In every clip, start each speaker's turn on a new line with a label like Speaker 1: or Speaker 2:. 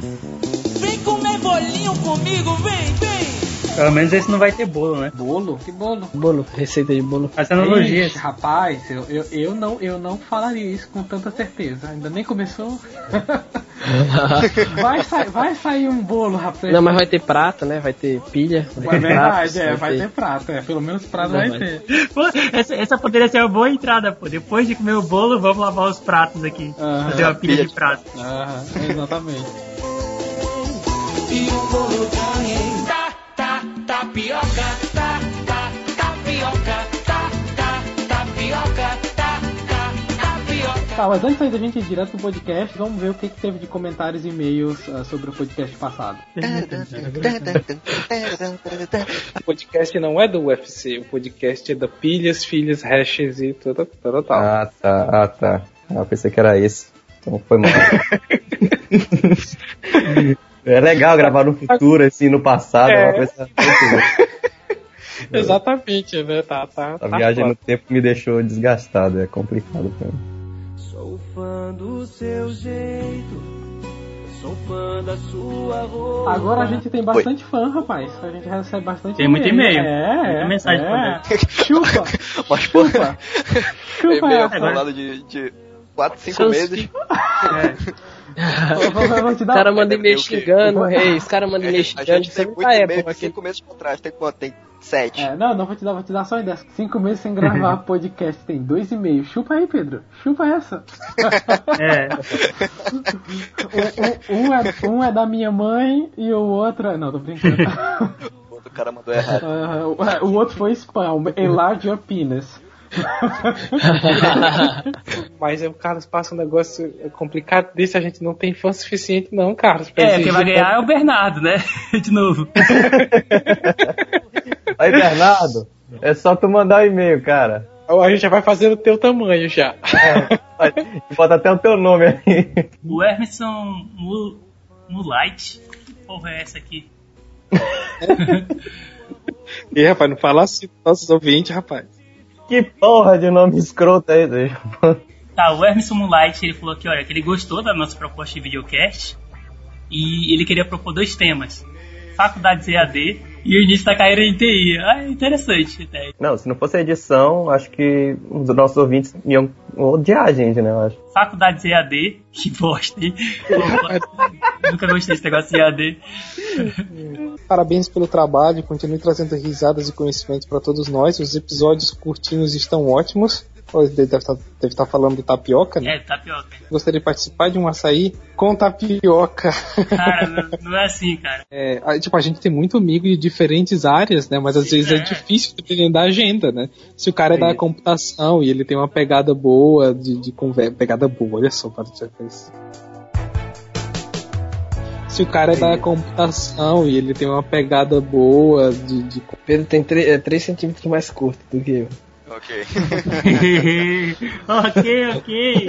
Speaker 1: Vem comer bolinho comigo, vem, vem!
Speaker 2: Pelo menos esse não vai ter bolo, né?
Speaker 3: Bolo? Que bolo?
Speaker 4: Bolo, receita de bolo.
Speaker 2: As analogias.
Speaker 3: Ixi, rapaz, eu, eu, eu, não, eu não falaria isso com tanta certeza. Ainda nem começou. vai, sai- vai sair um bolo, rapaz.
Speaker 4: Não, mas vai ter prata, né? Vai ter pilha.
Speaker 3: É
Speaker 4: Vai ter pratos,
Speaker 3: verdade, é, vai ter prata, é, pelo menos prata
Speaker 4: Vai
Speaker 3: vai ter.
Speaker 2: Pô, essa, essa poderia ser uma boa entrada, pô. Depois de comer o bolo, vamos lavar os pratos aqui.
Speaker 3: Aham.
Speaker 2: Fazer uma pilha de pratos. Ah,
Speaker 3: Aham, exatamente.
Speaker 1: E o bolo também. Tá, tá, tapioca, tá, tá, tapioca, tá, tá, tapioca, tá, tá, tapioca.
Speaker 3: Tá, mas antes ainda a gente ir direto pro podcast, vamos ver o que, que teve de comentários e e-mails ah, sobre o podcast passado.
Speaker 5: O podcast não é do UFC, o podcast é da Pilhas, Filhas, Hashes e tudo, tudo tal.
Speaker 6: Ah, tá, ah, tá. Ah, eu pensei que era esse. Então foi mal. é legal gravar no futuro, assim, no passado. É uma coisa muito boa.
Speaker 5: Exatamente, né? Tá, tá.
Speaker 6: A
Speaker 5: tá
Speaker 7: é
Speaker 6: viagem
Speaker 5: foda.
Speaker 6: no tempo me deixou desgastado, é complicado pra mim.
Speaker 1: Sou fã do seu jeito, sou fã da sua roupa.
Speaker 3: Agora a gente tem bastante fã, rapaz. A gente recebe bastante
Speaker 2: Tem muito e-mail.
Speaker 3: É,
Speaker 2: Muita
Speaker 3: é,
Speaker 2: mensagem pra
Speaker 3: é. Chupa,
Speaker 7: Mas, pô,
Speaker 3: chupa. Chupa
Speaker 7: e-mail
Speaker 3: essa.
Speaker 7: acumulado de, de 4, 5
Speaker 4: né? Seus
Speaker 7: meses.
Speaker 3: Eu vou- eu vou te
Speaker 4: O
Speaker 3: dar- um-
Speaker 4: cara manda
Speaker 7: é
Speaker 4: e-mail
Speaker 7: o quê?
Speaker 4: xingando, rei. Os caras
Speaker 5: É,
Speaker 4: mandam
Speaker 7: A
Speaker 4: e-mail
Speaker 7: gente, a gente
Speaker 4: xingando.
Speaker 7: tem
Speaker 4: Você não
Speaker 7: muito
Speaker 4: tá
Speaker 7: e-mail
Speaker 4: época
Speaker 7: de
Speaker 4: aqui.
Speaker 7: 5 meses pra trás, tem quanto? Tem 7.
Speaker 3: É, não, não vou te dar, vou te dar só ideia. Cinco meses sem gravar podcast, tem dois e meio. Chupa aí, Pedro. Chupa essa.
Speaker 2: É,
Speaker 3: Um, um- um é, um é da minha mãe e o outro é. Não, tô brincando.
Speaker 7: O outro cara mandou errado.
Speaker 3: Ah, o- é, o outro foi spam. Enlarge your penis.
Speaker 5: Mas o Carlos passa um negócio complicado desse, a gente não tem fã suficiente, não, Carlos. pra
Speaker 2: é,
Speaker 5: exigir
Speaker 2: quem vai ganhar é o Bernardo, né? De novo.
Speaker 6: Aí, Bernardo, é só tu mandar o e-mail, cara.
Speaker 5: tanto. A gente já vai fazer o teu tamanho já.
Speaker 6: Bota até o teu nome aí.
Speaker 2: O Emerson Mu- Mulite. Que porra é essa aqui?
Speaker 5: E rapaz, não fala assim pros nossos ouvintes, rapaz.
Speaker 6: Que porra de nome escroto é esse?
Speaker 2: Tá, o Hermes Moonlight, ele falou aqui, olha, que ele gostou da nossa proposta de videocast e ele queria propor dois temas. Faculdades EAD e o início da carreira em TI. Ah, interessante. né?
Speaker 6: Não, se não fosse a edição, acho que os nossos ouvintes iam odiar a gente, né? Eu acho.
Speaker 2: Faculdades EAD, que bosta, hein? Opa, Nunca gostei desse negócio de EAD.
Speaker 5: Parabéns pelo trabalho, continue trazendo risadas e conhecimento para todos nós. Os episódios curtinhos estão ótimos. Ó, Deve estar, deve estar falando do tapioca, né?
Speaker 2: É, tapioca.
Speaker 5: Gostaria de participar de um açaí com tapioca.
Speaker 2: Cara, não, não é assim, cara.
Speaker 5: É, a- tipo, a gente tem muito amigo de diferentes áreas, né? Mas às vezes é,
Speaker 2: é.
Speaker 5: difícil dependendo da agenda, né? Se o cara é da
Speaker 2: Aí.
Speaker 5: computação e ele tem uma pegada boa de, de conversa. Pegada boa, olha só, para de ser isso. Se o cara é da computação e ele tem uma pegada boa de, de
Speaker 4: Pedro tem 3 centímetros mais curto do que eu.
Speaker 7: Ok.
Speaker 2: ok, ok.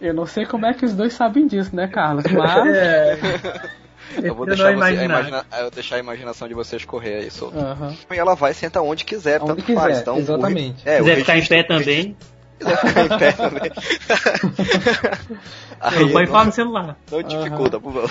Speaker 3: Eu não sei como é que os dois sabem disso, né, Carlos?
Speaker 4: É,
Speaker 3: Mas.
Speaker 7: Eu vou
Speaker 2: Eu não
Speaker 7: deixar, você- a
Speaker 2: imaginava.
Speaker 7: imagina- eu vou deixar a imaginação de vocês correr aí, solto.
Speaker 3: Aham.
Speaker 7: E ela vai, senta onde quiser,
Speaker 3: Onde
Speaker 7: tanto faz.
Speaker 3: quiser,
Speaker 7: Então, o-
Speaker 3: exatamente.
Speaker 7: é, o
Speaker 2: quiser ficar em
Speaker 7: registro-
Speaker 2: pé também,
Speaker 7: quiser ficar em pé também. Aí,
Speaker 2: põe
Speaker 7: não,
Speaker 2: pau no celular.
Speaker 7: não dificulta, por favor.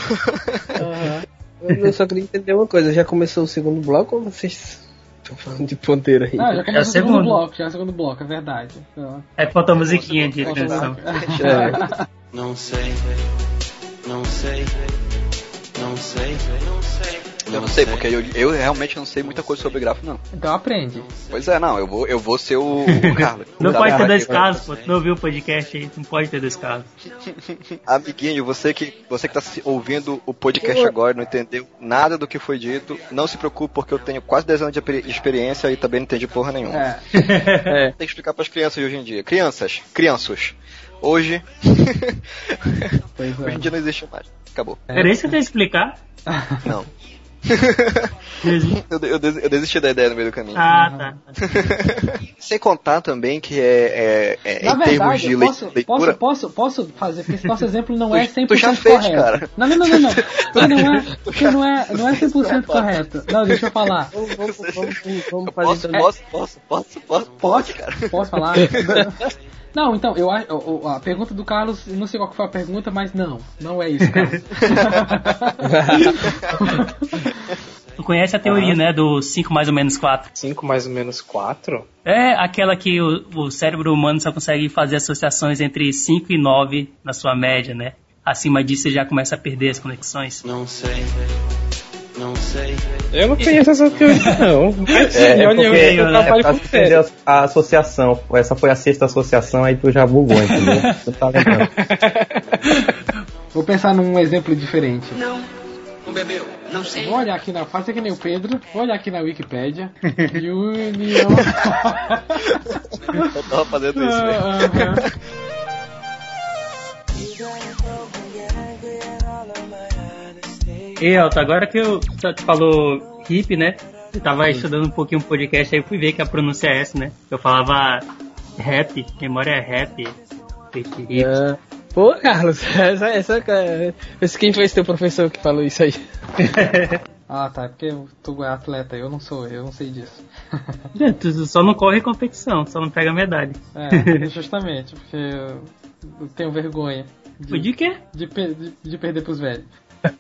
Speaker 4: Eu só queria entender uma coisa. Já começou o segundo bloco ou vocês estão falando de ponteira aí?
Speaker 3: Ah, já começou
Speaker 2: É o
Speaker 3: o segundo
Speaker 2: segundo.
Speaker 3: bloco, já é o segundo bloco, é verdade. Então,
Speaker 2: Aí É, falta a musiquinha de transição.
Speaker 4: É.
Speaker 1: Não sei, não sei, não sei, não sei.
Speaker 7: Eu não sei, porque eu, eu realmente não sei muita coisa sobre gráfico, não.
Speaker 3: então aprende.
Speaker 7: Pois é, não, eu vou, eu vou ser o, o Carlos.
Speaker 2: Não
Speaker 7: Tá
Speaker 2: pode ter
Speaker 7: bom?
Speaker 2: dois casos, pô. Tu não ouviu o podcast aí, não pode ter dois casos.
Speaker 7: Amiguinho, você que, você que tá se- ouvindo o podcast agora e não entendeu nada do que foi dito, não se preocupe, porque eu tenho quase 10 anos de experi- experiência e também não entendi porra nenhuma.
Speaker 3: É.
Speaker 7: Tem que explicar pras crianças de hoje em dia. Crianças, crianças. Hoje.
Speaker 3: Pois é.
Speaker 7: hoje em dia não existe mais. Acabou.
Speaker 2: Era isso que É. eu ia explicar?
Speaker 7: Não.
Speaker 2: Jesus.
Speaker 7: Eu, de- eu des- eu desisti da ideia no meio do caminho.
Speaker 2: Ah, tá.
Speaker 7: Sem contar também que é, é- é-
Speaker 3: Na
Speaker 7: em termos
Speaker 3: verdade,
Speaker 7: de
Speaker 3: eu
Speaker 7: lei-
Speaker 3: posso,
Speaker 7: leitura.
Speaker 3: posso, posso, posso fazer, porque esse nosso exemplo não é
Speaker 7: Tu-
Speaker 3: 100%
Speaker 7: tu já fez,
Speaker 3: correto.
Speaker 7: cara.
Speaker 3: Não, não, não, não, não. Porque não é, porque não é, não é 100% correto. Não, deixa eu falar.
Speaker 4: Vamos, vamos, vamos, vamos
Speaker 3: um
Speaker 4: fazer
Speaker 7: Eu posso,
Speaker 4: também.
Speaker 7: posso, posso, posso, posso, pode, cara.
Speaker 3: Posso falar? Não, então, eu acho. o- o- A pergunta do Carlos, não sei qual que foi a pergunta, mas não, não é isso, Carlos.
Speaker 2: Tu conhece a teoria, né? Do 5 mais ou menos 4.
Speaker 5: 5 mais ou menos 4?
Speaker 2: É aquela que o, o cérebro humano só consegue fazer associações entre 5 e 9 na sua média, né? Acima disso, você já começa a perder as conexões.
Speaker 5: Eu não conheço essa teoria, não. Mas,
Speaker 6: É, é
Speaker 5: olha, eu,
Speaker 6: porque
Speaker 5: eu trabalho
Speaker 6: é,
Speaker 5: com
Speaker 6: tu perdeu
Speaker 5: sério.
Speaker 6: a associação. Essa foi a sexta associação, aí tu já bugou, entendeu? tu tá lembrando.
Speaker 3: Vou pensar num exemplo diferente. Não, não bebeu, não sei. Vou olhar aqui na. Faça que nem o Pedro, vou olhar aqui na Wikipédia. União.
Speaker 7: Eu tava fazendo isso, velho.
Speaker 2: E Elton, agora que eu tu tu falou hip, né? Eu tava estudando um pouquinho um podcast aí, fui ver que a pronúncia é essa, né? Eu falava rap, memória é rap. hip, hip.
Speaker 4: Ah, Pô, Carlos, essa, essa, cara- esse quem foi esse teu professor que falou isso aí?
Speaker 3: ah, tá, é porque tu é atleta, eu não sou, eu não sei disso.
Speaker 2: É, Tu tu só não corre competição, só não pega medalha.
Speaker 3: É, justamente, porque eu eu tenho vergonha
Speaker 2: O de quê?
Speaker 3: de, per- de, de perder pros velhos.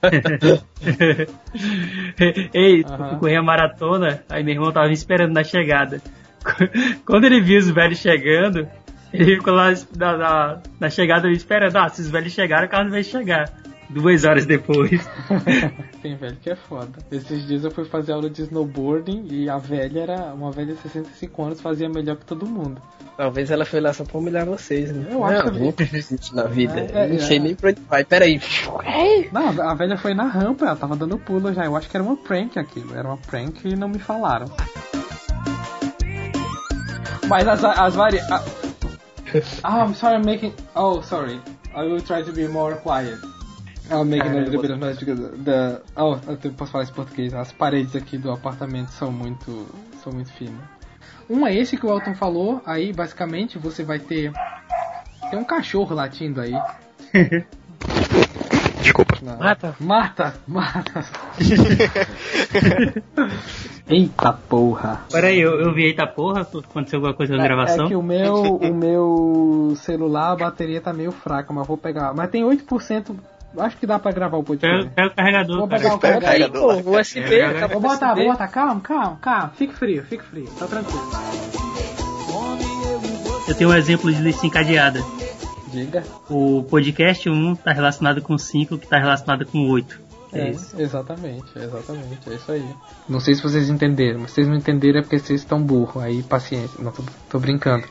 Speaker 2: Ei, eu
Speaker 3: Aham.
Speaker 2: fui correr a maratona, aí meu irmão tava me esperando na chegada. Quando ele viu os velhos chegando, ele ficou lá na, na- na chegada me esperando. Ah, se os velhos chegaram, o carro não vai chegar. Duas horas depois.
Speaker 3: Tem velho que é foda. Esses dias eu fui fazer aula de snowboarding e a velha era uma velha de 65 anos, fazia melhor que todo mundo.
Speaker 4: Talvez ela foi lá só pra humilhar vocês, né?
Speaker 3: Eu acho
Speaker 4: não,
Speaker 3: que-
Speaker 4: não acredito na vida.
Speaker 3: É, é,
Speaker 4: não sei
Speaker 3: é.
Speaker 4: nem pra onde vai. Peraí.
Speaker 3: Não, a velha foi na rampa, ela tava dando pulo já. Eu acho que era uma prank aquilo, era uma prank e não me falaram. Mas as, as vari... a- Ah, I'm sorry, I'm making... Oh, sorry. I will try to be more quiet. É, I'm making a little bit of noise because the... Oh, eu posso falar isso em português. As paredes aqui do apartamento são muito... São muito finas. Um é esse que o Elton falou. Aí, basicamente, você vai ter... Tem um cachorro latindo aí.
Speaker 7: Desculpa.
Speaker 3: Mata, mata. Eita porra.
Speaker 2: Peraí, eu, eu vi eita porra, aconteceu alguma coisa na gravação?
Speaker 3: É que o meu, o meu celular, a bateria tá meio fraca, mas vou pegar. Mas tem 8%, acho que dá pra gravar o
Speaker 2: Pega,
Speaker 3: podcast.
Speaker 2: pega o carregador,
Speaker 3: Vou
Speaker 2: cara.
Speaker 3: pegar o
Speaker 7: Pega
Speaker 3: cara.
Speaker 4: Peraí, pô,
Speaker 7: carregador.
Speaker 4: o USB. acaba
Speaker 3: Vou
Speaker 4: com o
Speaker 3: botar,
Speaker 4: USB.
Speaker 3: vou botar. Calma, calma, calma. Fique frio, fique frio. Tá tranquilo.
Speaker 2: Eu tenho um exemplo de lista encadeada.
Speaker 3: Diga.
Speaker 2: O podcast 1 tá relacionado com 5, que tá relacionado com 8. É isso.
Speaker 3: Exatamente, exatamente. É isso aí. Não sei se vocês entenderam, mas se vocês não entenderam é porque vocês estão burros. Aí, paciência. Não, tô, tô brincando.